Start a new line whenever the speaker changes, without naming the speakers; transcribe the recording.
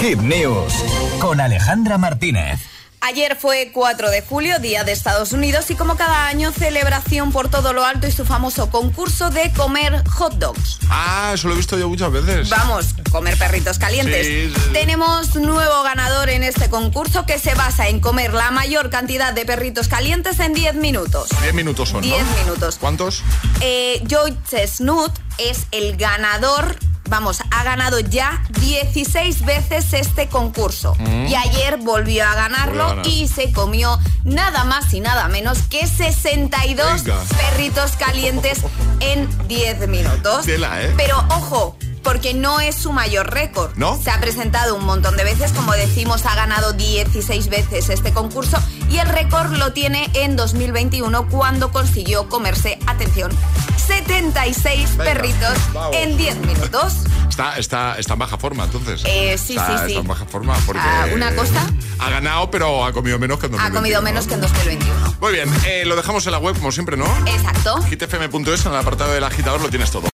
Hit News con Alejandra Martínez.
Ayer fue 4 de julio, Día de Estados Unidos, y como cada año, celebración por todo lo alto y su famoso concurso de comer hot dogs.
Ah, eso lo he visto yo muchas veces.
Vamos, comer perritos calientes.
Sí, sí, sí.
Tenemos nuevo ganador en este concurso que se basa en comer la mayor cantidad de perritos calientes en 10 minutos.
10 minutos son,
10
¿no?
minutos.
¿Cuántos?
Eh, Joyce Snoot es el ganador. Vamos, ha ganado ya 16 veces este concurso. Y ayer volvió a ganarlo
Mm. Volvió a ganar.
y se comió nada más y nada menos que 62
Venga.
perritos calientes en 10 minutos.
Tela, ¿eh?
Pero ojo, porque no es su mayor récord.
¿No?
Se ha presentado un montón de veces, como decimos, ha ganado 16 veces este concurso y el récord lo tiene en 2021 cuando consiguió comerse, atención, 76
Venga,
perritos
vamos.
en 10 minutos.
Está, está, está en baja forma, entonces.
Eh, sí,
Está-
sí, sí.
Está en baja forma porque...
Ah, ¿una cosa?
Ha ganado, pero ha comido menos que en
Ha
2021,
comido
¿no?
menos que en 2021.
Muy bien, eh, lo dejamos en la web, como siempre, ¿no?
Exacto.
hitfm.es, en el apartado del agitador lo tienes todo.